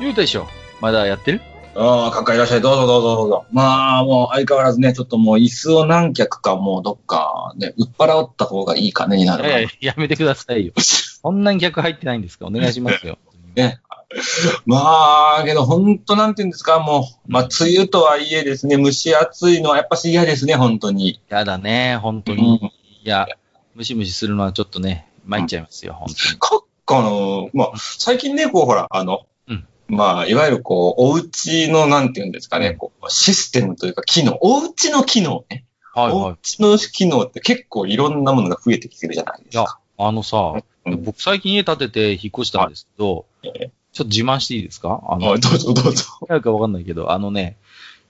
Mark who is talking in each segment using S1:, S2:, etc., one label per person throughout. S1: ゆうたでしょまだやってる
S2: ああ、かっかいらっしゃい。どうぞどうぞどうぞ。まあ、もう相変わらずね、ちょっともう椅子を何脚かもうどっかね、売っ払った方がいい金になるな。
S1: いや、やめてくださいよ。そんなに客入ってないんですかお願いしますよ。
S2: まあ、けど本当なんていうんですか、もう、まあ、梅雨とはいえですね、蒸し暑いのはやっぱし嫌ですね、本当に。
S1: やだね、本当に。いや、ムシムシするのはちょっとね、参っちゃいますよ、本当に。
S2: かっかの、まあ、最近ね、こう、ほら、あの、
S1: うん
S2: まあ、いわゆるこう、お家のなんていうんですかね、こう、システムというか、機能、お家の機能ね。
S1: はい
S2: お
S1: はい。
S2: 家の機能って結構いろんなものが増えてきてるじゃないですか。
S1: あのさ、
S2: うん
S1: 僕最近家建てて引っ越したんですけど、ちょっと自慢していいですかあの
S2: はい、、どうぞどうぞ。
S1: あるかわかんないけど、あのね、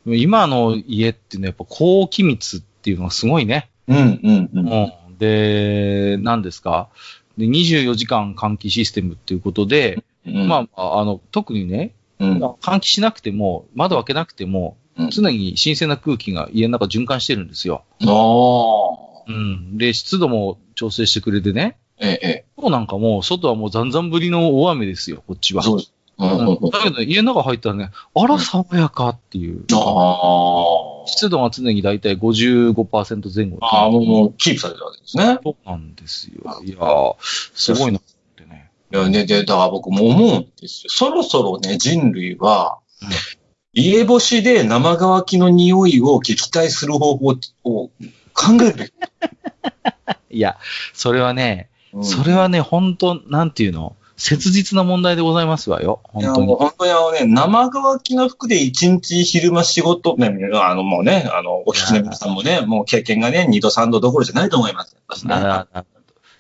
S1: 今の家っていうのはやっぱ高機密っていうのがすごいね。
S2: うん、うん、うん。
S1: うん。で、何ですかで ?24 時間換気システムっていうことで、
S2: うん
S1: まあ、あの、特にね、
S2: うん、
S1: 換気しなくても、窓開けなくても
S2: うん、
S1: 常に新鮮な空気が家の中循環してるんですよ。
S2: おー。
S1: うん。で、湿度も調整してくれてね。
S2: ええ、え
S1: 今日なんかもう、外はもうざんざんぶりの大雨ですよ、こっち
S2: え。
S1: は。
S2: そうです。うん、うん、うん
S1: うん。だけど、家の中入ったらね、あら、爽やかっていう。
S2: あー。
S1: 湿度が常にだいたい55%前後。
S2: ああ、もう、もう、キープされてるわけですね。
S1: そうなんですよ。いやー、すごいなってね。
S2: いや、ね、で、だから僕も思うんですよ。そろそろね、人類は
S1: うん、
S2: 家干しで生乾きの匂いを撃退する方法を考えるべき。
S1: いや、それはね、
S2: うん
S1: それはね、本当なんていうの、切実な問題でございますわよ、
S2: い
S1: 本
S2: や
S1: 当
S2: もう
S1: に。
S2: 本当にあのね、生乾きの服で一日昼間仕事、ね、あのもうね、あの、お聞きの皆さんもね、もう経験がね、二度三度どころじゃないと思います。
S1: ななな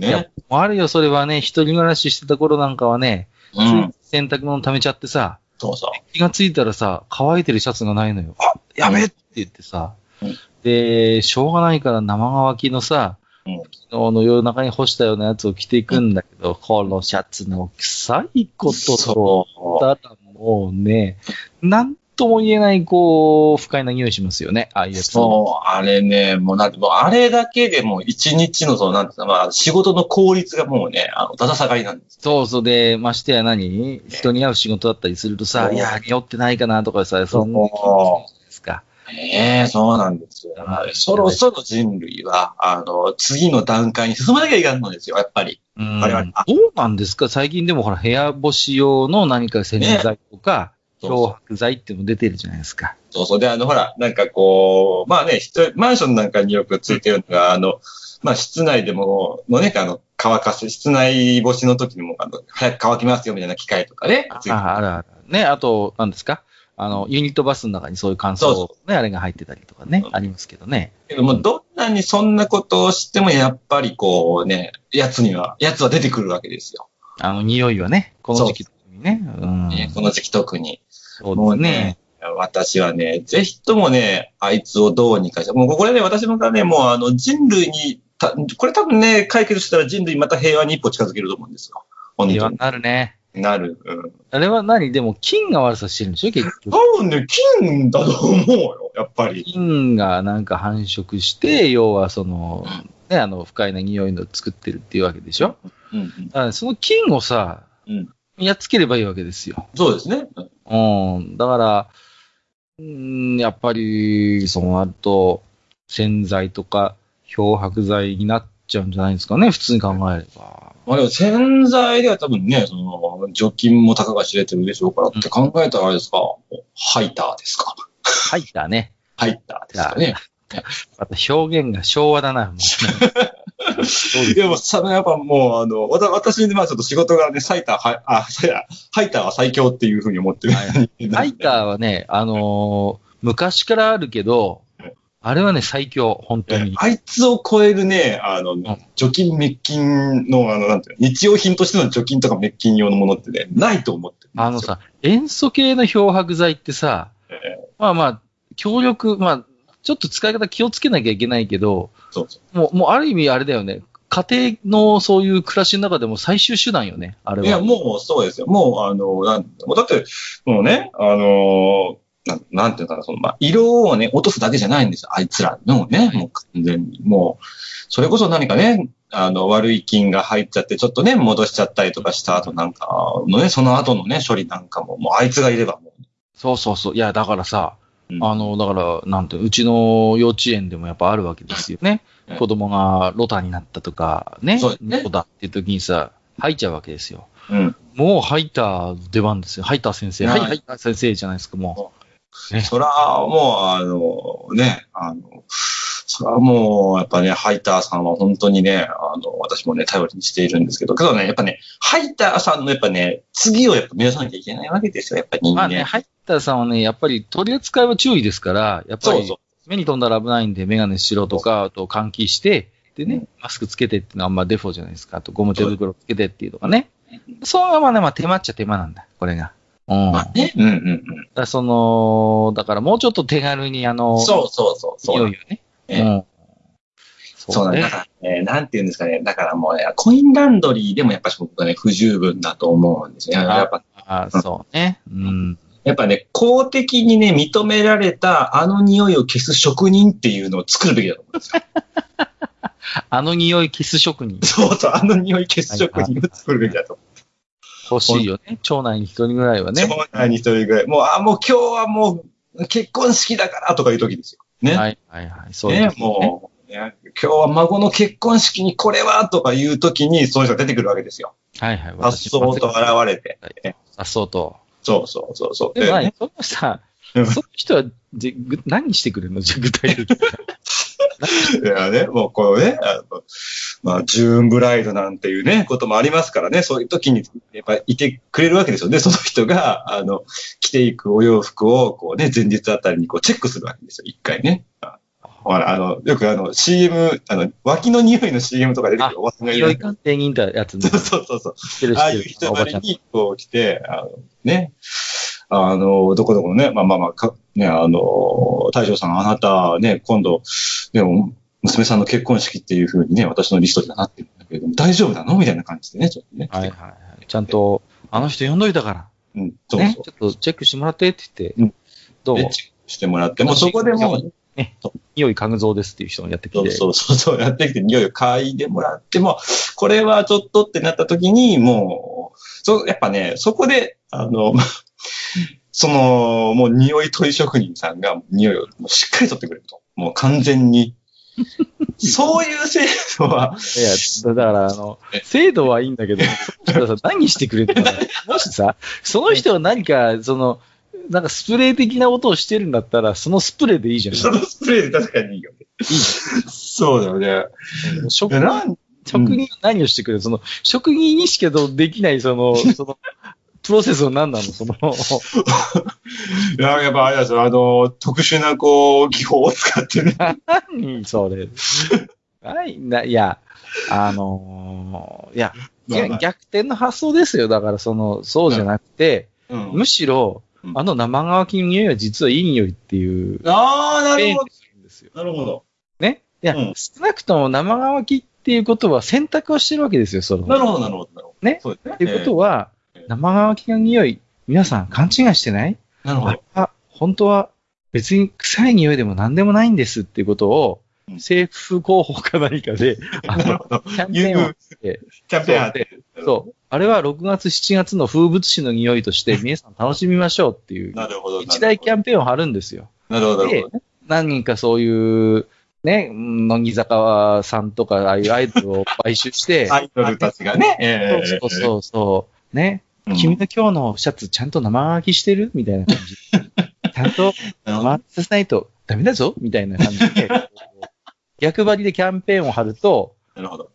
S2: ね
S1: いや、もうあるよ、それはね、一人暮らししてた頃なんかはね、
S2: う
S1: つい
S2: ん。
S1: 洗濯物溜めちゃってさ、
S2: そうそう。
S1: 気がついたらさ、乾いてるシャツがないのよ。あ、やべえって言ってさ
S2: うん、
S1: で、しょうがないから生乾きのさ、
S2: うん
S1: 昨日の夜中に干したようなやつを着ていくんだけど、このシャツの臭いことと、
S2: そう
S1: ただもうね、なんとも言えない、こう、不快な匂いしますよね、ああいうやつ。
S2: そう、あれね、もうなんて、もうあれだけでもう一日の、その、なんていうの、まあ、仕事の効率がもうね、あの、だだ下がりなんです。
S1: そうそうで、ましてや何人に会う仕事だったりするとさ、
S2: そう
S1: いや、匂ってないかなとかさ、そんな気
S2: そ
S1: 持ちですか。
S2: ええそうなんですよ
S1: はい。
S2: そろそろ人類は、あの、次の段階に進まなきゃいかんのですよ、やっぱり。
S1: うん
S2: 我々あ
S1: どうなんですか最近でもほら、部屋干し用の何か洗剤とか、
S2: そう
S1: 漂白剤っていうのも出てるじゃないですか。
S2: そうそう。で、あの、ほら、なんかこう、まあね、人、マンションなんかによくついてるのが、あの、まあ、室内でも、のね、あの、乾かす、室内干しの時にも、あの、早く乾きますよ、みたいな機械とかね。ついて
S1: ああるある。ね、あと、何ですかあの、ユニットバスの中にそういう乾燥
S2: そう
S1: ね、あれが入ってたりとかね
S2: う、ん
S1: ありますけどね。
S2: けども、どんなにそんなことをしても、やっぱりこうね、やつには、やつは出てくるわけですよ。
S1: あの、匂いはね、この
S2: そう
S1: 時期にね。うん。
S2: ねこの時期特に。
S1: そうですね。
S2: 私はね、ぜひともね、あいつをどうにかして、もうこれね、私もね、もうあの人類に、たこれ多分ね、解決したら人類また平和に一歩近づけると思うんですよ。本
S1: 平
S2: 当
S1: 和に
S2: に。
S1: なるね。
S2: なる。うん。
S1: あれは何でも金が悪さしてるんでしょ結局。
S2: 多分ね、金だと思うよ、やっぱり。
S1: 菌がなんか繁殖して、要はその、ね、あの、不快な匂いの作ってるっていうわけでしょ
S2: うんうん。
S1: だからその菌をさ、
S2: うん
S1: やっつければいいわけですよ。
S2: そうですね。うん
S1: うん。だから、うん、やっぱり、そうなると、洗剤とか漂白剤になっちゃうんじゃないですかね、普通に考えれば。
S2: まあでも洗剤では多分ね、その、除菌もたかが知れてるでしょうからって考えたらあれですか、ハイターですか
S1: 入ったね。
S2: ハイターですかね。
S1: また表現が昭和だな、も うね。そうです
S2: いや、もう、さやっぱもう、あの、わた私、まあちょっと仕事がね、サイター、はあ、サイターハイターは最強っていうふ うに思ってる。
S1: はいハイターはね、あのー昔からあるけど、
S2: はい
S1: あれはね、最強、本当に。
S2: あいつを超えるね、あの、除菌滅菌の、あの、なんていうの日用品としての除菌とか滅菌用のものってね、ないと思ってるんですよ
S1: あの、さ、塩素系の漂白剤ってさ、
S2: え
S1: まあまあ、強力、まあ、ちょっと使い方気をつけなきゃいけないけど、
S2: えそうそ
S1: もう、もうある意味あれだよね。家庭のそういう暮らしの中でも最終手段よね、あれ
S2: う。
S1: は。
S2: いや、もうそうですよ。もう、あの、なんもうだって、もうね、あのなん、なんていうのかな、その、まあ、色をね、落とすだけじゃないんですよ、あいつら。のね、もう完全に。もう、それこそ何かね、あの、悪い菌が入っちゃって、ちょっとね、戻しちゃったりとかした後なんかのね、その後のね、処理なんかも、もうあいつがいればもう、
S1: そうそうそう。いや、だからさ、
S2: うん
S1: あの、だから、なんていう、うちの幼稚園でもやっぱあるわけですよね
S2: うん。
S1: 子供がロタになったとか、ね
S2: そうで、すね
S1: 猫だっていう時にさ、入っちゃうわけですよ。
S2: うん。
S1: もう入った出番ですよ。入った先生。
S2: は
S1: はいい、入った先生じゃないですか、もう。ね
S2: そら、もう、あの、ね、あの、そらもう、やっぱね、ハイターさんは本当にね、あの、私もね、頼りにしているんですけど、けどね、やっぱね、ハイターさんのやっぱね、次をやっぱ目指さなきゃいけないわけですよ、やっぱ人間。
S1: まあね、入ったさんはね、やっぱり取り扱いは注意ですから、やっぱ
S2: そう
S1: り
S2: そ
S1: 目に飛んだら危ないんで、メガネしろとか、あと換気して、でね、マスクつけてっていうのはあんまデフォじゃないですか。あとゴム手袋つけてっていうのがね。そうはまあね、まあ手間っちゃ手間なんだ、これが。うん。
S2: う。ま
S1: だ
S2: あ
S1: か
S2: ね、うんうんうん。
S1: らその、だからもうちょっと手軽にあの、
S2: そうそうそう。そう
S1: 匂いをね。
S2: ええ
S1: うん。
S2: そうなん
S1: ね
S2: だ。だから、ね、なんて言うんですかね。だからもうね、コインランドリーでもやっぱし僕はね、不十分だと思うんですよね。やっぱ
S1: あそうね。うん。
S2: やっぱね、公的にね、認められたあの匂いを消す職人っていうのを作るべきだと思うんですよ。
S1: あの匂いキス職人。
S2: そうそう、あの匂い消す職人を作るべきだと思
S1: 欲しいよね。町内に一人ぐらいは
S2: う。
S1: ね。
S2: 町内に一人ぐらい。もう、あ、もう今日はもう結婚式だからとかいう時ですよ。ね。
S1: はいはいはい。そう
S2: ね
S1: です、
S2: もう、ね今日は孫の結婚式にこれはとかいう時にそういう人が出てくるわけですよ。
S1: はいはい。
S2: 発想と現れて。
S1: れ。発想と。
S2: そうそうそうそう。
S1: でも
S2: で
S1: 何、そのさ、そ
S2: うん
S1: の人はじぐ何してくれるのじゃ あ具体的に。
S2: いやね、もうこのね、あの、まあ、ジューンブライドなんていうね、こともありますからね、そういう時に、やっぱいてくれるわけですよね。その人が、あの、着ていくお洋服を、こうね、前日あたりにこうチェックするわけですよ、一回ね。あほら、あの、よくあの、CM、あの、脇の匂いの CM とか出てくるおばさんがい
S1: 匂
S2: る
S1: い。鑑定人だやつね。
S2: そうそうそうそう。
S1: 知ってる
S2: ああい
S1: 知
S2: う
S1: ってる。
S2: 人
S1: お
S2: な
S1: ば
S2: り
S1: ちゃん。
S2: に、こう来て、あの、ね、あの、どこどこのね、まあまあまあ、かね、あの、大将さん、あなた、ね、今度、でも、娘さんの結婚式っていう風にね、私のリストにはなってるんだけれども、大丈夫なのみたいな感じでね、ちょっとね。
S1: はいはいはい。ちゃんと、あの人呼んどいたか
S2: うん、そ
S1: ら、
S2: う
S1: ね。
S2: そう。
S1: ちょっとチェックしてもらってって言
S2: う
S1: っ
S2: ん
S1: て、どう
S2: で、チェックしてもらって、もうそこでもう、
S1: 匂い嗅ぐぞですっていう人もやってき
S2: そう
S1: て。
S2: そうそうそう、やってきて、匂いを嗅いでもらっても、これはちょっとってなった時に、もう、そう、やっぱね、そこで、あの、 その、もう匂い取り職人さんが匂いをもうしっかり取ってくれると。もう完全 に。そういう制度は、
S1: いや、だだから、あの、制度はいいんだけど、その人はさ、何してくれるのかなもしさ、その人は何か、その、なんかスプレー的なことをしてるんだったら、そのスプレーでいいじゃん。いい
S2: そのスプレーで確かにいいよね。そうだよね。
S1: じゃん職
S2: いやなん
S1: 職人は何をしてくれる、その、職人にしけどできない、その、その、プロセスは何なのその、
S2: いや、やっぱあれだぞ、あの、特殊な、こう、技法を使ってね。
S1: 何それ。はい、な、いや、あのーいや、
S2: まあまあ
S1: 逆転の発想ですよ。だから、その、そうじゃなくて、
S2: うん
S1: むしろ
S2: う、ん
S1: あの生乾きの匂いは実はいい匂いっていう、
S2: ああ、なる
S1: ペン
S2: ほど。
S1: するんですよ。
S2: なるほど。
S1: ね。いや、
S2: うん
S1: 少なくとも生乾きっていうことは選択をしてるわけですよ、その。
S2: なるほど、なるほどなるほど。
S1: ね
S2: そうですね。
S1: っていうことは
S2: ええ、
S1: 生乾きの匂い、皆さん勘違いしてない
S2: なるほ
S1: あれ
S2: ど。
S1: は、本当は別に臭い匂いでも何でもないんですっていうことを、
S2: うん
S1: 政府広報か何か で、あ
S2: なる
S1: の、
S2: ほど。
S1: キャンペーンをして、
S2: キャンペーンあって。
S1: そうそう。あれは6月、7月の風物詩の匂いとして、 皆さん楽しみましょうっていう、
S2: なるほど。
S1: 一大キャンペーンを張るんですよ。
S2: なるほど、なる
S1: で
S2: ほどね。、
S1: 何人かそういう、ね、乃木坂さんとか、ああいうアイドルを買収し て、
S2: アイドルたちがね。ええ
S1: そうそうそう、ね、
S2: うん
S1: 君の今日のシャツちゃんと生乾きしてるみたいな感じ。 ちゃんと
S2: な
S1: 回させないとダメだぞみたいな感じ で、逆張りでキャンペーンを張ると、
S2: るほど。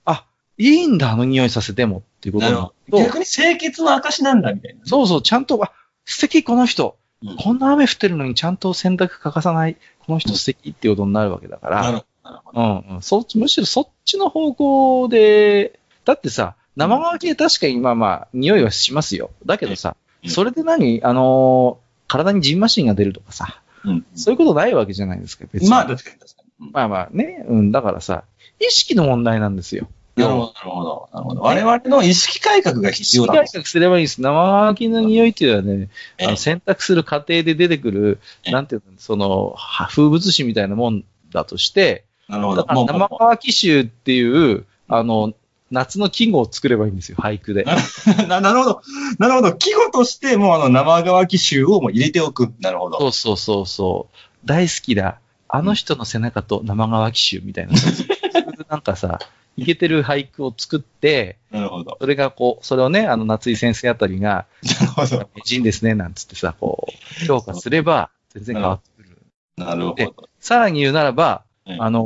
S1: いいんだ、あの匂いさせてもっていうこと
S2: な
S1: に
S2: る
S1: な
S2: ほど。
S1: ると、
S2: 逆に清潔の証なんだ、みたいな。
S1: そうそう、ちゃんと、あ、素敵この人、
S2: うん
S1: こんな雨降ってるのにちゃんと洗濯欠かさない、この人素敵っていうことになるわけだか
S2: なる
S1: ら、
S2: ほどなるほど。
S1: うんうん、そっち、むしろそっちの方向で、だってさ、生乾きで確かにまあまあ、匂いはしますよ。だけどさ、
S2: うん
S1: それで何あのー体にジンマシンが出るとかさ、
S2: うん
S1: そういうことないわけじゃないですか、別に。
S2: まあ、確かに確かに。うん
S1: まあまあね、うん、だからさ、意識の問題なんですよ。
S2: なるほど、なるほど。なるほど。我々の意識改革が必要だ
S1: 改革すればいいんです。生乾きの匂いっていうのはね、
S2: ええ
S1: あの洗濯する過程で出てくる、
S2: ええ
S1: なんていうの、その、は風物詩みたいなもんだとして、
S2: なるほ
S1: だ
S2: ど。
S1: から
S2: もう、
S1: 生
S2: も
S1: 乾き臭っていう、あの、夏の季語を作ればいいんですよ、俳句で。
S2: うななるほど。なるほど。季語として、もうあの、生乾き臭をもう入れておく。なるほど。
S1: そうそうそうそう。大好きだ。あの人の背中と生乾き臭みたいな。 なんかさ、いけてる俳句を作って、
S2: なるほど。
S1: それがこう、それをね、あの、夏井先生あたりが、
S2: なるほど。
S1: 名人ですね、なんつってさ、こう、評価すれば、全然変わってくる。
S2: なるほ
S1: で
S2: ど。
S1: さらに言うならば、
S2: ええ
S1: あの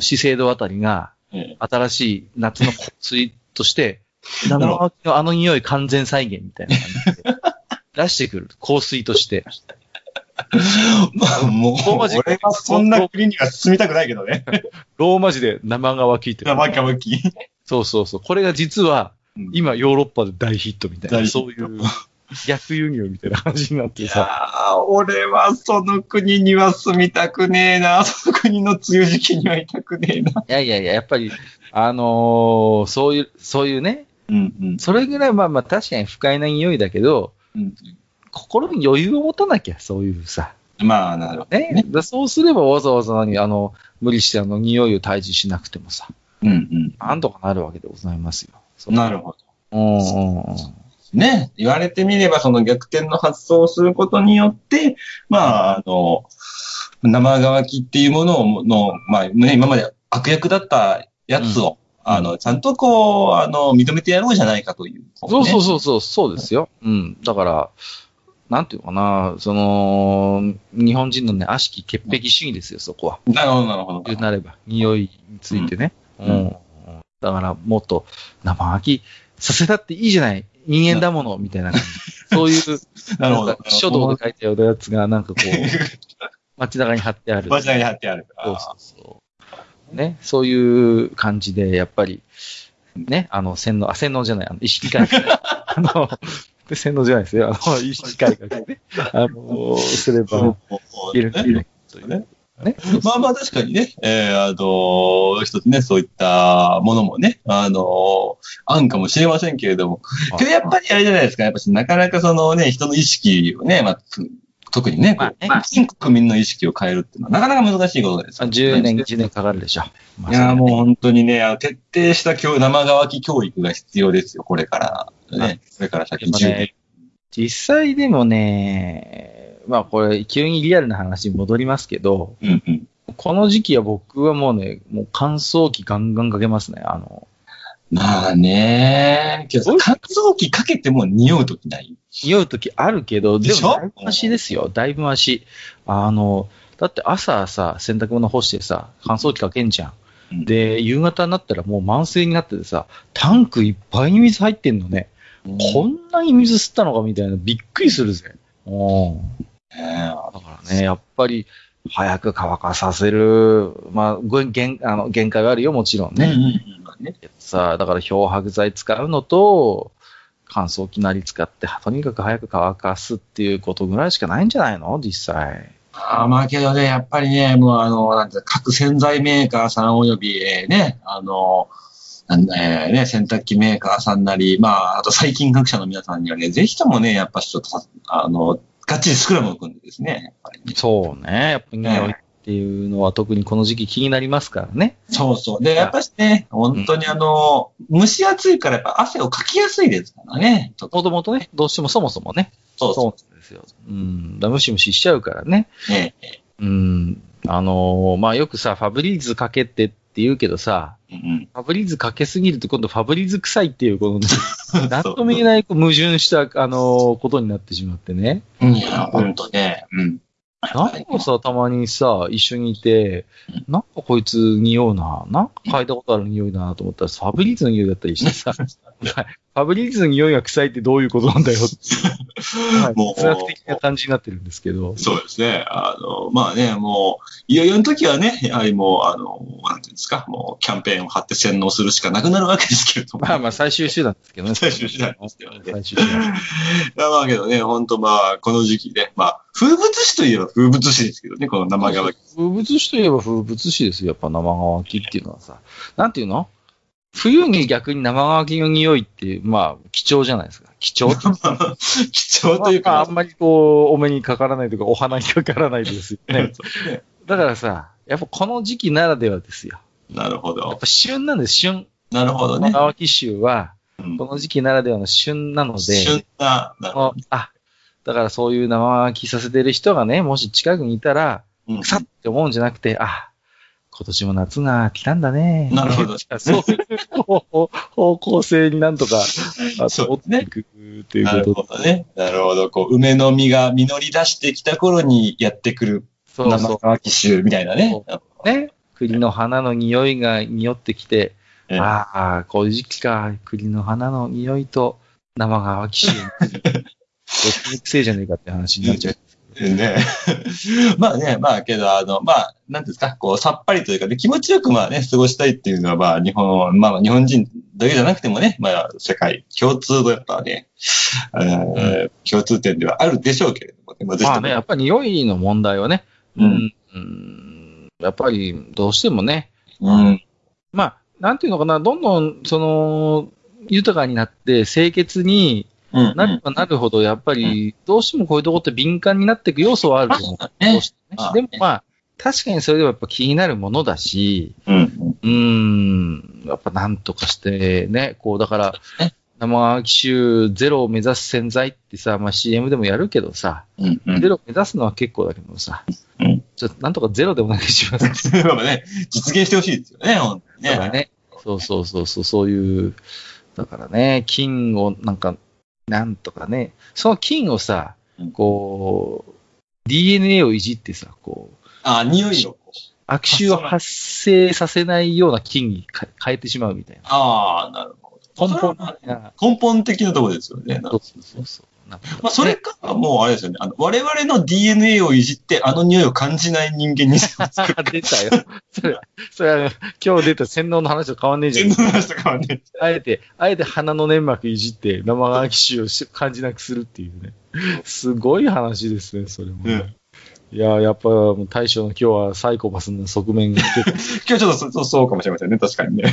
S1: ー資生堂あたりが、
S2: ええ
S1: 新しい夏の香水 として、生
S2: るほ
S1: 乾きのあの匂い完全再現みたいな 感じで、出してくる。香水として。
S2: まあ、 もう、
S1: ローマ字
S2: 俺はそんな国には進みたくないけどね。
S1: ローマ字で生乾きって。
S2: 生乾 き。
S1: そうそうそう。これが実は
S2: うん、
S1: 今ヨーロッパで大ヒットみたい
S2: 大
S1: な、
S2: ヒッ
S1: そう
S2: ト
S1: いう逆輸入みたいな感じになっ
S2: い
S1: て
S2: や
S1: さ。
S2: ー、俺はその国には住みたくねえな。 その国の梅雨時期にはいたくねえな。
S1: いやいやいや、やっぱり、あのーそういう、そういうね、
S2: うんうん。
S1: それぐらいまあまあ確かに不快な匂いだけど、
S2: うん
S1: 心に余裕を持たなきゃ、そういうさ。
S2: まあ、なるほど。
S1: ね。だそうすればわざわざ何、あの、無理してあの、匂いを退治しなくてもさ、
S2: うんうん。
S1: なんとかなるわけでございますよ。そう
S2: なるほど。
S1: うんうんうん。
S2: ね、言われてみれば、その逆転の発想をすることによって、まあ、あの、生乾きっていうものを、の、まあ、ね、今まで悪役だったやつを、あの、ちゃんとこう、あの、認めてやろうじゃないかという、
S1: そうそう
S2: う。
S1: そうそう、そうですよ。 うん。だから、なんていうのかな、その、日本人のね、悪しき潔癖主義ですよ、そこは。
S2: なるほど、なるほど。
S1: 言うなれば、匂いについてね。
S2: う
S1: うんん。だから、もっと生飽きさせたっていいじゃない。人間だもの、みたいな感じ。そういう、
S2: なるほ
S1: な
S2: ど
S1: んか。書道で書いたようなやつが、なんかこう、街中に貼ってある。
S2: バジナに貼ってある。
S1: そうそうそう。ね、そういう感じで、やっぱり、ね、あの、洗脳、あ、洗脳じゃない、あの、意識改革。あの、で洗脳じゃないですよ。あの、意識改革ね。あの、すれば、いる、いる。というね。
S2: まあまあ確かにね、えー、あと、一つね、そういったものもね、あの、あんかもしれませんけれども、けどやっぱりあれじゃないですか、やっぱしなかなかそのね、人の意識をね、まあ、つ特にね、こ
S1: まあ
S2: う
S1: ね
S2: まあ全国民の意識を変えるっていうのは、なかなか難しいことですか
S1: あ
S2: ら。
S1: 10年、20年かかるでしょ。まあ
S2: いやー、もう本当にね、あの徹底した教生乾き教育が必要ですよ、これから。ね、これから先
S1: でも
S2: 10年。
S1: ね、実際でもね、まあこれ、急にリアルな話に戻りますけど、
S2: うんうん。
S1: この時期は僕はもうね、もう乾燥機ガンガンかけますね。あの、
S2: まあねー、け
S1: ど
S2: ど
S1: う
S2: 乾燥機かけても匂うときない。
S1: 匂う時あるけど、で
S2: でしょ
S1: もだいぶマシですよ。だいぶマシ。あの、だって朝さ、洗濯物干してさ、乾燥機かけんじゃ。
S2: うんん
S1: で、夕方になったらもう満水になっててさ、タンクいっぱいに水入ってんのね。こんなに水吸ったのかみたいな、びっくりするぜ。うん。
S2: ね
S1: だからね、やっぱり、早く乾かさせる。まあ、ご限あの限界はあるよ、もちろん
S2: ね
S1: ね。さあ、だから漂白剤使うのと、乾燥機なり使って、とにかく早く乾かすっていうことぐらいしかないんじゃないの実際。
S2: あーまあけどね、やっぱりね、もうあの、なんていうか各洗剤メーカーさんおよび、えーね、あの、なんえーね、洗濯機メーカーさんなり、まあ、あと細菌学者の皆さんにはね、ぜひともね、やっぱしちょっとさ、あの、がっちりスクラムを組んでですね、やっぱりね。
S1: そうね。やっぱり匂いっていうのは特にこの時期気になりますからね。
S2: そうそう。で、やっぱしね、本当にあの、蒸し暑いからやっぱ汗をかきやすいですからね。と
S1: もともとね、どうしてもそもそもね。
S2: そうそ
S1: そうなんですよ。うん。だムシムシしちゃうからね。
S2: う。ね、
S1: うん。あのーまあ、よくさ、ファブリーズかけてって言うけどさ、
S2: うん
S1: ファブリーズかけすぎると今度ファブリーズ臭いっていう、こ のね、
S2: うん。
S1: なんとも言え
S2: な
S1: ないこう矛盾した、あのーことになってしまってね。
S2: い。いや、本当ね。うん。
S1: なんかさ、たまにさ、一緒にいて、なんかこいつ匂うな、なんか嗅いだことある匂いだなと思ったら、サブリーズの匂いだったりしてさ、 ファブリーズの匂いが臭いってどういうことなんだよっていう、 はい、
S2: もう
S1: 哲学的な感じになってるんですけど、
S2: そうですね。あの、まあね、もう、いよいよの時はね、やはりもう、あの、なんていうんですか、もう、キャンペーンを張って洗脳するしかなくなるわけですけれども。
S1: まあまあ最終手段ですけどね。
S2: 最終手段ですけどね
S1: 最終手段。
S2: まあまあけどね、本当まあ、この時期ね、まあ、風物詩といえば風物詩ですけどね、この生乾き。
S1: 風物詩といえば風物詩ですよ。やっぱ生乾きっていうのはさ。なんていうの冬に逆に生乾きの匂いって、まあ、貴重じゃないですか。貴重っていうか
S2: 貴 重という
S1: まあ、あ
S2: か、。
S1: んまりこう、お目にかからないとか、お鼻にかからないですよね
S2: そうね
S1: だからさ、やっぱこの時期ならではですよ。
S2: なるほ
S1: やっ
S2: ど。
S1: ぱ旬なんです、旬。
S2: なるほどね。
S1: 乾き臭は、
S2: うん
S1: この時期ならではの旬なので、
S2: 旬な、なるほ
S1: ああ、だからそういう生乾きさせてる人がね、もし近くにいたら、
S2: ど。うん
S1: さって思うんじゃなくて、あ、今年も夏が来たんだね。
S2: なるほど。
S1: そういう方方向性になんとか、あ
S2: そう
S1: 持
S2: ですね
S1: っていくってい
S2: な
S1: う
S2: る
S1: こと
S2: ほどね。なるほど。こう、梅の実が実り出してきた頃にやってくる
S1: そう
S2: 生
S1: そ
S2: 乾き臭みたいなね。
S1: う。ね。栗の花の匂いが匂ってきて、
S2: ええ
S1: ああ、こういう時期か、栗の花の匂いと生乾き 臭。どっちも癖じゃねえかって話になっちゃう。
S2: ね まあね、まあけど、あの、まあ、なんていうんですか、こう、さっぱりというかね、気持ちよくまあね、過ごしたいっていうのは、まあ、日本、まあ、日本人だけじゃなくてもね、まあ、世界共通のやっぱね、えー共通点ではあるでしょうけれどもね、まあ、ぜひ
S1: ま
S2: と
S1: あ
S2: も
S1: ね、やっぱり匂いの問題はね、
S2: う
S1: うんん、うん、やっぱりどうしてもね、
S2: うん。
S1: まあ、なんていうのかな、どんどん、その、豊かになって、清潔に
S2: うん。
S1: なればなるほど、やっぱり、どうしてもこういうとこって敏感になっていく要素はあると思う。
S2: ね
S1: どうして
S2: まあ
S1: もね、でもまあ、確かにそれではやっぱ気になるものだし、
S2: うん。
S1: うーん、やっぱなんとかしてね、こう、だから
S2: ね、
S1: 生機種ゼロを目指す洗剤ってさ、まあ CM でもやるけどさ、
S2: うん。うん。
S1: ゼロを目指すのは結構だけどさ、
S2: うん
S1: ちょっとなんとかゼロでお願いします。
S2: まあね、実現してほしいですよね、ほんとに
S1: だから
S2: ね。
S1: ね。そうそうそうそう、そういう、だからね、金をなんか、なんとかね、その金をさ
S2: うん、
S1: こう、DNA をいじってさ、こう、
S2: あ、匂いを。
S1: 悪臭を発生させないような金にか変えてしまうみたいな。
S2: ああ、なるほど。
S1: 根
S2: そ
S1: 本
S2: れは
S1: 的な。
S2: 根本的なところですよね。
S1: そうそうそうそう。なんか。
S2: まあ、それか、もうあれですよね。あの、我々の DNA をいじって、あの匂いを感じない人間に作る
S1: 出たよ。それ、それは、今日出た洗脳の話と変わんねえじゃ
S2: 全
S1: ん
S2: 部。の話とかはね。
S1: あえて、あえて鼻の粘膜いじって生乾き臭をし感じなくするっていうね。すごい話ですね、それもね。
S2: うん
S1: いやー、やっぱもう大将の今日はサイコパスの側面が出て
S2: 今日ちょっとそそうそうかもしれませんね。確かにね。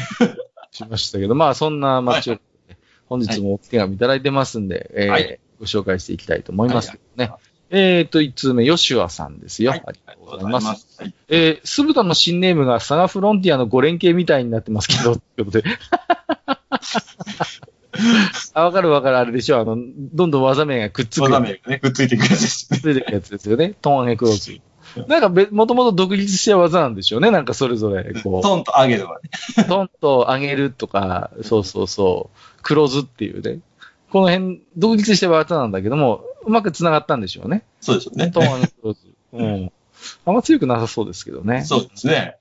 S1: しましたけど、まあそんな街を、本日もお手紙いただいてますんで、えー
S2: はい
S1: ご紹介していきたいと思いますけどね。
S2: はい
S1: えーと、一通目、ヨシュアさんですよ。
S2: はい
S1: ありがとうございます。
S2: す。はい
S1: えー、酢豚の新ネームがサガフロンティアの5連携みたいになってますけど、ということで。 あ、わかるわかる、あれでしょ。あの、どんどん技名がくっつ
S2: そ
S1: く
S2: う
S1: や
S2: だ
S1: つ。
S2: ね。くっついてくるやつですね。
S1: 出てくるやつですよね。トーンヘクロス。なんかべ、もともと独立した技なんでしょうね。なんかそれぞれ、こ
S2: トンと上げればね。
S1: う、トンと上げるとか、そうそうそう、クローズっていうね。この辺、独立した技なんだけども、うまく繋がったんでしょうね。
S2: そうでしょうね。
S1: トーンヘクロス。うん。あんま強くなさそうですけどね。
S2: そうですね。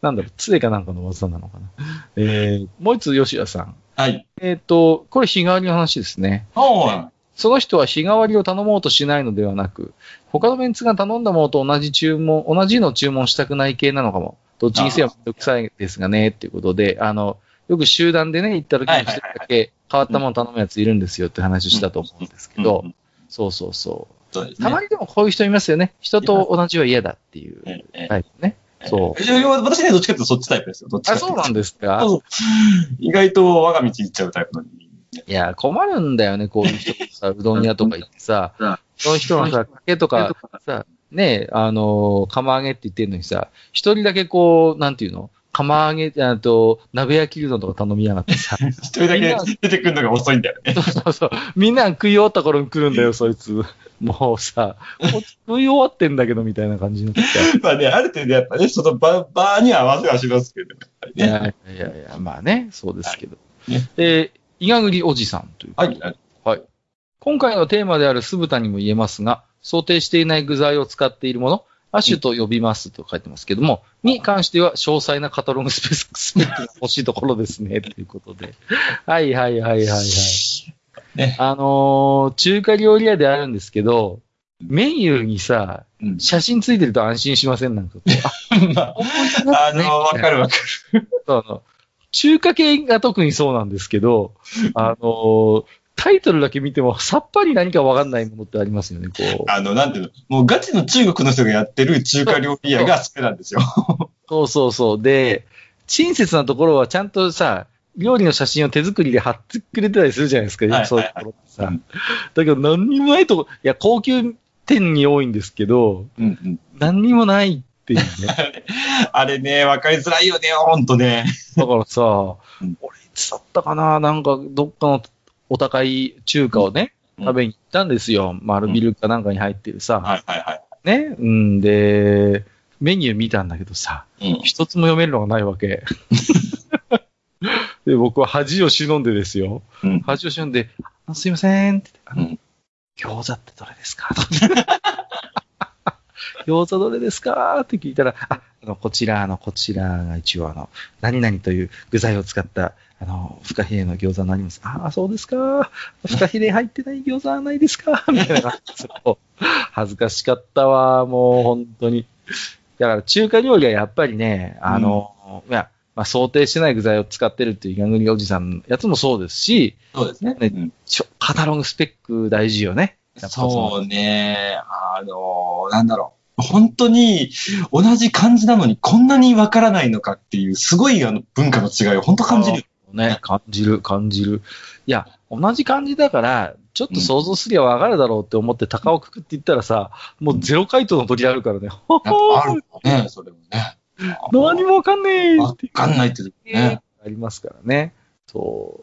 S1: なんだろう、杖かなんかの技なのか な。えー、もう一つ、吉田さん。
S2: はい。
S1: えっ、と、これ日替わりの話ですね。
S2: おー
S1: その人は日替わりを頼もうとしないのではなく、他のメンツが頼んだものと同じ注文、同じのを注文したくない系なのかも。どっちにせよめんどくさいですがね、っていうことで、あの、よく集団でね、行った時に一人だけ変わったもの頼むやついるんですよって話をしたと思うんですけど
S2: う、ん
S1: そうそうそ
S2: そうです
S1: う。
S2: ね。
S1: たまにでもこういう人いますよね。人と同じは嫌だっていう
S2: えええ
S1: タイプね。
S2: え
S1: そう。
S2: ええ私ね、どっちかっていうとそっちタイプですよ。どっちか
S1: あ、
S2: ってい
S1: そう
S2: と
S1: なんですか
S2: そう意外と我が道行っちゃうタイプの人間。
S1: いや、困るんだよね、こういう人と さ、うどん屋とか行ってさ
S2: うん、
S1: その人のさ、かけとかさ、ねえ、あのー釜揚げって言ってんのにさ、一人だけこう、なんていうの釜揚げ、あと、鍋焼きうどんとか頼みやがっ てさ、
S2: 一人だけ出てくるのが遅いんだよね。
S1: そうそうそう、みんな食い終わった頃に来るんだよ、そいつ。もうさ、もう食い終わってんだけど、みたいな感じになってさ。
S2: まあね、ある程度やっぱね、その場、場には合わせはしますけど、やっぱり
S1: い
S2: ね。
S1: やいやいやいや、まあね、そうですけど。
S2: はいね
S1: えー、伊賀栗おじさんという。
S2: はい、はい
S1: 今回のテーマである酢豚にも言えますが、想定していない具材を使っているもの、アシュと呼びますと書いてますけども、に関しては詳細なカタログスペース、 スペックが欲しいところですね、ということで。はいはいはいはいはい。
S2: ね
S1: あのー中華料理屋であるんですけど、メニューにさ、
S2: うん
S1: 写真ついてると安心しませんなんかこ う。
S2: ま
S1: あ
S2: あ、あの、わかるわかる。
S1: そうあの中華系が特にそうなんですけど、あのータイトルだけ見てもさっぱり何かわかんないものってありますよね、こう。
S2: あの、なんていうの、もうガチの中国の人がやってる中華料理屋がそれなんですよ。
S1: そうそうそう。で、親切なところはちゃんとさ、料理の写真を手作りで貼ってくれてたりするじゃないですか、
S2: はいはい
S1: そういうところってさ。
S2: う
S1: だ
S2: ん
S1: けど何にもないとこ、いや、高級店に多いんですけど、
S2: うんうん。
S1: 何にもないっていうね。
S2: あれね、わかりづらいよね、ほんとね。
S1: だからさ、
S2: うん
S1: 俺いつだったかななんかどっかのお高い中華をね、
S2: うん
S1: 食べに行ったんですよ。丸ビルかなんかに入ってるさ。
S2: はいはい
S1: ね。うんで、メニュー見たんだけどさ、
S2: はい。うん。
S1: 一つも読めるのがないわ け。で、僕は恥を忍んでですよ。
S2: うん
S1: 恥を忍んで、あすいませんって言って、あの餃子ってどれですかと 餃子どれですかって聞いたら、あ、あの、こちら、あの、こちらが一応、あの、何々という具材を使った、あの、フカヒレの餃子になります。ああ、そうですか。フカヒレ入ってない餃子はないですか みたいな感じでそう恥ずかしかったわ、もう、本当に。だから、中華料理はやっぱりね、あの、いや、まあ、想定してない具材を使ってるっていうギャングリおじさんのやつもそうですし、
S2: そうですね。
S1: ね
S2: うん
S1: ちょカタログスペック大事よね。やっぱ。
S2: そううね。あの、なんだろう。本当に、同じ漢字なのにこんなにわからないのかっていう、すごいあの文化の違いを本当感じる。
S1: ね、感じる、感じる。いや、同じ感じだから、ちょっと想像すりゃわかるだろうって思って、高をくくって言ったらさ、もうゼロ回答の鳥あるからね。ほ
S2: やっぱあ
S1: ほー
S2: るよね、それもね。
S1: 何もわかんねえ
S2: わ
S1: っていう
S2: かんないって言うとね。
S1: ありますからね。そ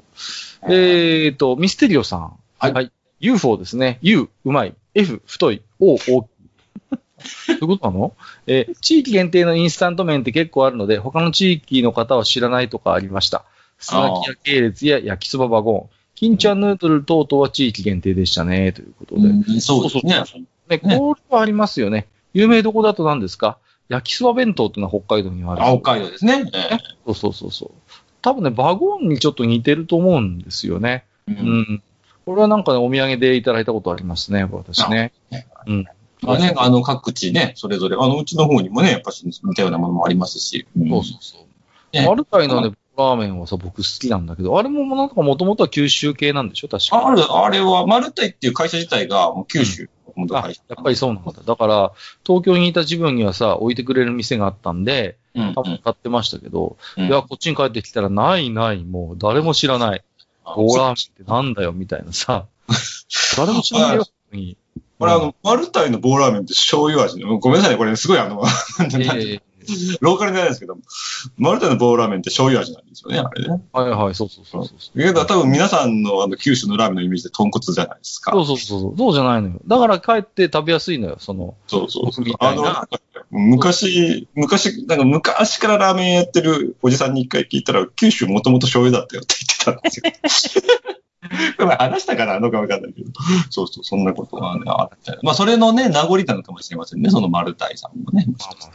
S1: う。えーと、ミステリオさん。
S2: はい
S1: はい。UFO ですね。U、うまい。F、太い。O、大きい。 そういうことなのえー地域限定のインスタント麺って結構あるので、他の地域の方は知らないとかありました。スナキや系列や焼きそばバゴン。金ちゃんヌードル等々は地域限定でしたね、ということで。
S2: うんそうですね。
S1: ね、これはありますよね。有名どこだと何ですか焼きそば弁当ってのは北海道にはある。
S2: あ北海道ですね。
S1: そうそうそうそう。多分ね、バゴンにちょっと似てると思うんですよね。
S2: う
S1: うん。。これはなんかね、お土産でいただいたことありますね、私ね。うん。
S2: まあね、あの、各地ね、それぞれ、あの、うちの方にもね、やっぱし似たようなものもありますし。
S1: そうそうそう。
S2: ね
S1: マルタイのね、ラーメンはさ、僕好きなんだけど、あれもなんかもともとは九州系なんでしょ確か。
S2: ある、あれは、マルタイっていう会社自体が、もう九州、本当
S1: あ
S2: 会社。
S1: やっぱりそうなんだ。だから、東京にいた自分にはさ、置いてくれる店があったんで、
S2: うん、うん
S1: 多分買ってましたけど、
S2: うん
S1: いや、こっちに帰ってきたら、ないない、もう、誰も知らない。
S2: あ
S1: ゴーラーメンってなんだよ、みたいなさ。誰も知らない よ、に。
S2: これあの、マルタイの棒ラーメンって醤油味の、ごめんなさいね、これすごいあの、 なんて
S1: え
S2: なんて
S1: え
S2: ローカルじゃないですけど、マルタイの棒ラーメンって醤油味なんですよね、あれね。
S1: はいはい、そうそうそうそうそう。
S2: だけど多分皆さんのあの、九州のラーメンのイメージって豚骨じゃないですか。
S1: そうそうそうそう。そうじゃないのよ。だから帰って食べやすいのよ、その。
S2: そうそうそう
S1: み。た
S2: あ
S1: い
S2: の、
S1: な
S2: なんか昔、昔、なんか昔からラーメンやってるおじさんに一回聞いたら、九州もともと醤油だったよって言ってたん ですよ。これ前話したからあのかわかんないけど。そうそう、そんなことがねあったよまあ、それのね、名残なのかもしれませんね、その丸イさんもね。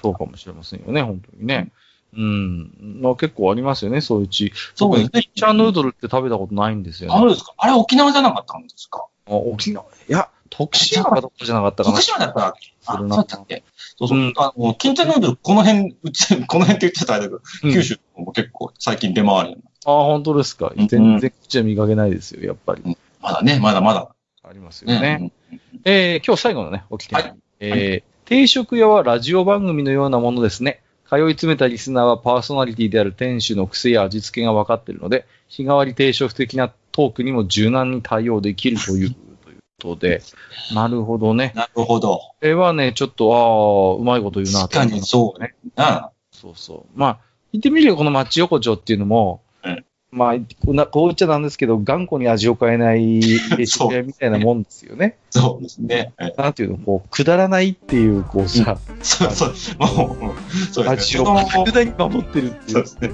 S1: そうかもしれませんよね、本当にね。うん。まあ結構ありますよね、そういうち。
S2: そうですね
S1: チャンヌードルって食べたことないんですよ
S2: あ
S1: ね。
S2: るんですかあれ沖縄じゃなかったんですか
S1: あ沖縄、いや、徳島かどっかじゃなかったかな
S2: 徳。島だったら、あ、
S1: す
S2: そ
S1: る
S2: う
S1: な
S2: だったっけそうそう
S1: うん。
S2: あの、金ちゃんヌードル、この辺、うち、この辺って言っちゃったらあれだけ
S1: うん
S2: ど、九州も結構最近出回るようになって。
S1: ああ、本当ですか。
S2: うん
S1: 全然こっちは見かけないですよ、やっぱり。
S2: まだね、まだまだ。
S1: ありますよね。
S2: ね。
S1: えー今日最後のね、おきて、
S2: はい
S1: えー定食屋はラジオ番組のようなものですね。通い詰めたリスナーはパーソナリティである店主の癖や味付けが分かっているので、日替わり定食的なトークにも柔軟に対応できるという、ということで。なるほどね。
S2: なるほど。
S1: これはね、ちょっと、ああ、うまいこと言うな
S2: 確かにそうね。な
S1: そうそう。まあ、言ってみればこの町横丁っていうのも、
S2: うん
S1: まあ、こんなこう言っちゃなんですけど、頑固に味を変えない定食屋みたいなもんですよね。
S2: そうですね。え
S1: なんていうの、こう、くだらないっていう、こうさ、
S2: そうそう。もう、うんそうです
S1: 味
S2: ね。
S1: を
S2: この
S1: くだに守ってるってい
S2: そう
S1: う
S2: で。すね。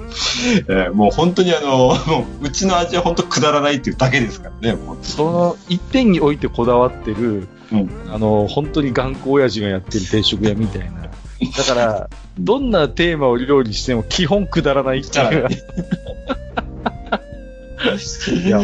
S2: えーもう本当にあの、 もううちの味は本当くだらないっていうだけですからね。もう
S1: その一点においてこだわってる、
S2: うん
S1: あの、本当に頑固親父がやってる定食屋みたいな。 だから、どんなテーマを料理しても基本くだらないっていう。いや、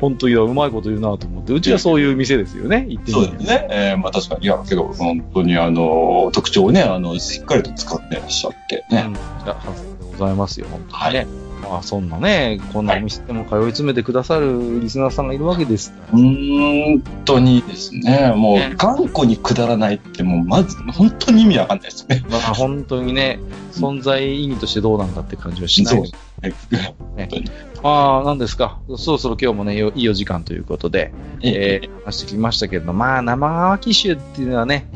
S1: 本当にうまいこと言うなと思って、うちはそういう店ですよね、行ってみ
S2: そう
S1: れ
S2: で
S1: ば
S2: すね。えーまあ確かに。いや、けど、本当にあの、特徴をね、あの、しっかりと使ってらっしゃって
S1: う
S2: ね。
S1: ん、いや、はずでございますよ、本当
S2: はい
S1: にね。まあ、そんなね、こんなお店でも通い詰めてくださるリスナーさんがいるわけですから。
S2: 本当にですね、も
S1: ね
S2: う、頑固にくだらないって、もう、まず、本当に意味わかんないですね。
S1: まあ、本当にね、存在意義としてどうなんだって感じはしない。
S2: そうはい
S1: まあ、なんですか。そろそろ今日もね、よいいお時間ということで、え
S2: えー
S1: ー、話してきましたけれど、まあ、生乾き臭っていうのはね、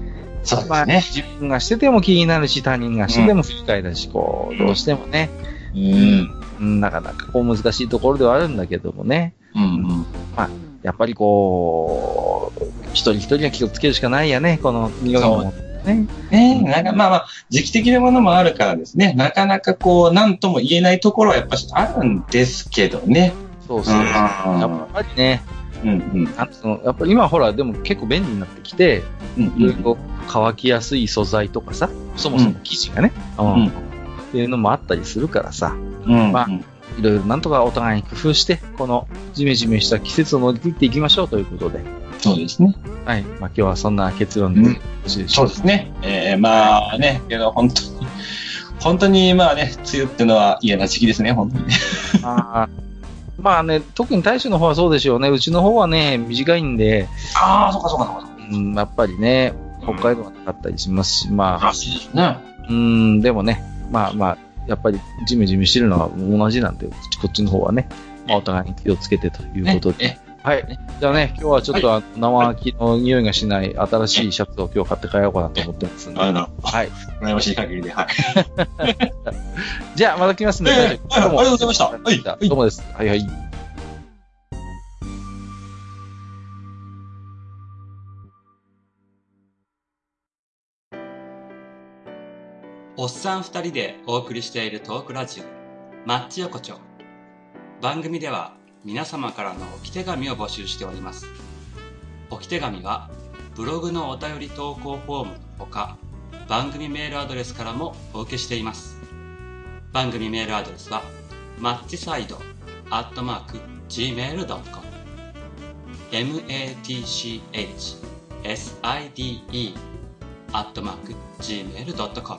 S2: そうで
S1: まあ、
S2: すね。
S1: 自分がしてても気になるし、他人がしてても不快だし、こう、どうしてもね、
S2: うん。
S1: うんなかなかこう難しいところではあるんだけどもね、
S2: うん。
S1: やっぱりこう、一人一人が気をつけるしかないやね、この匂いも。ね。
S2: ねなんか、まあまあ、時期的なものもあるからですね、なかなかこう、なんとも言えないところはやっぱしあるんですけどね。
S1: そう
S2: う
S1: そう。や
S2: ん
S1: っぱりね、
S2: うん。うん。
S1: あのそのやっぱり今ほら、でも結構便利になってきて、
S2: うん。
S1: いろいろ乾きやすい素材とかさ、そもそも生地がね、うん
S2: うん
S1: っていうのもあったりするからさ、
S2: うん。
S1: まあいろいろなんとかお互いに工夫して、このジメジメした季節を乗り切っていきましょうということで、
S2: そうですね。
S1: はい。まあ今日はそんな結論で
S2: うん
S1: よろしいでし
S2: そ
S1: ょう
S2: う
S1: か。
S2: ですね。えー、まあね、けど本当に、本当にまあね、梅雨ってのは嫌な時期ですね、本当にね。
S1: あーまあね、特に大衆の方はそうでしょうね。うちの方はね、短いんで、
S2: ああ、そうかそうかそうか。
S1: うん、やっぱりね、北海道はなかったりしますし、まあ、
S2: しいですね。
S1: うん、でもね、まあまあ、やっぱりジメジメしてるのは同じなんで、こっちの方はね、まあお互いに気をつけてということで。
S2: ね
S1: はい。じゃあね、今日はちょっと、あの生秋の匂いがしない新しいシャツを今日買って帰ろうかなと思ってますんで。
S2: あの、
S1: はい。
S2: 羨ましい限りで。はい。
S1: じゃあ、また来ますね。
S2: ええはいはい
S1: ども
S2: ありがとうございましたはい
S1: じゃあ
S2: はい
S1: どうもです。はいはい。
S3: おっさん二人でお送りしているトークラジオ、マッチ横丁。番組では皆様からの置き手紙を募集しております。置き手紙は、ブログのお便り投稿フォームのほか、番組メールアドレスからもお受けしています。番組メールアドレスは、マッチサイド、アットマーク、gmail.com。m-a-t-c-h-s-i-d-e、アットマーク、gmail.com。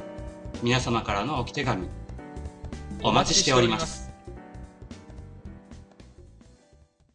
S3: 皆様からのお手紙お待ちしております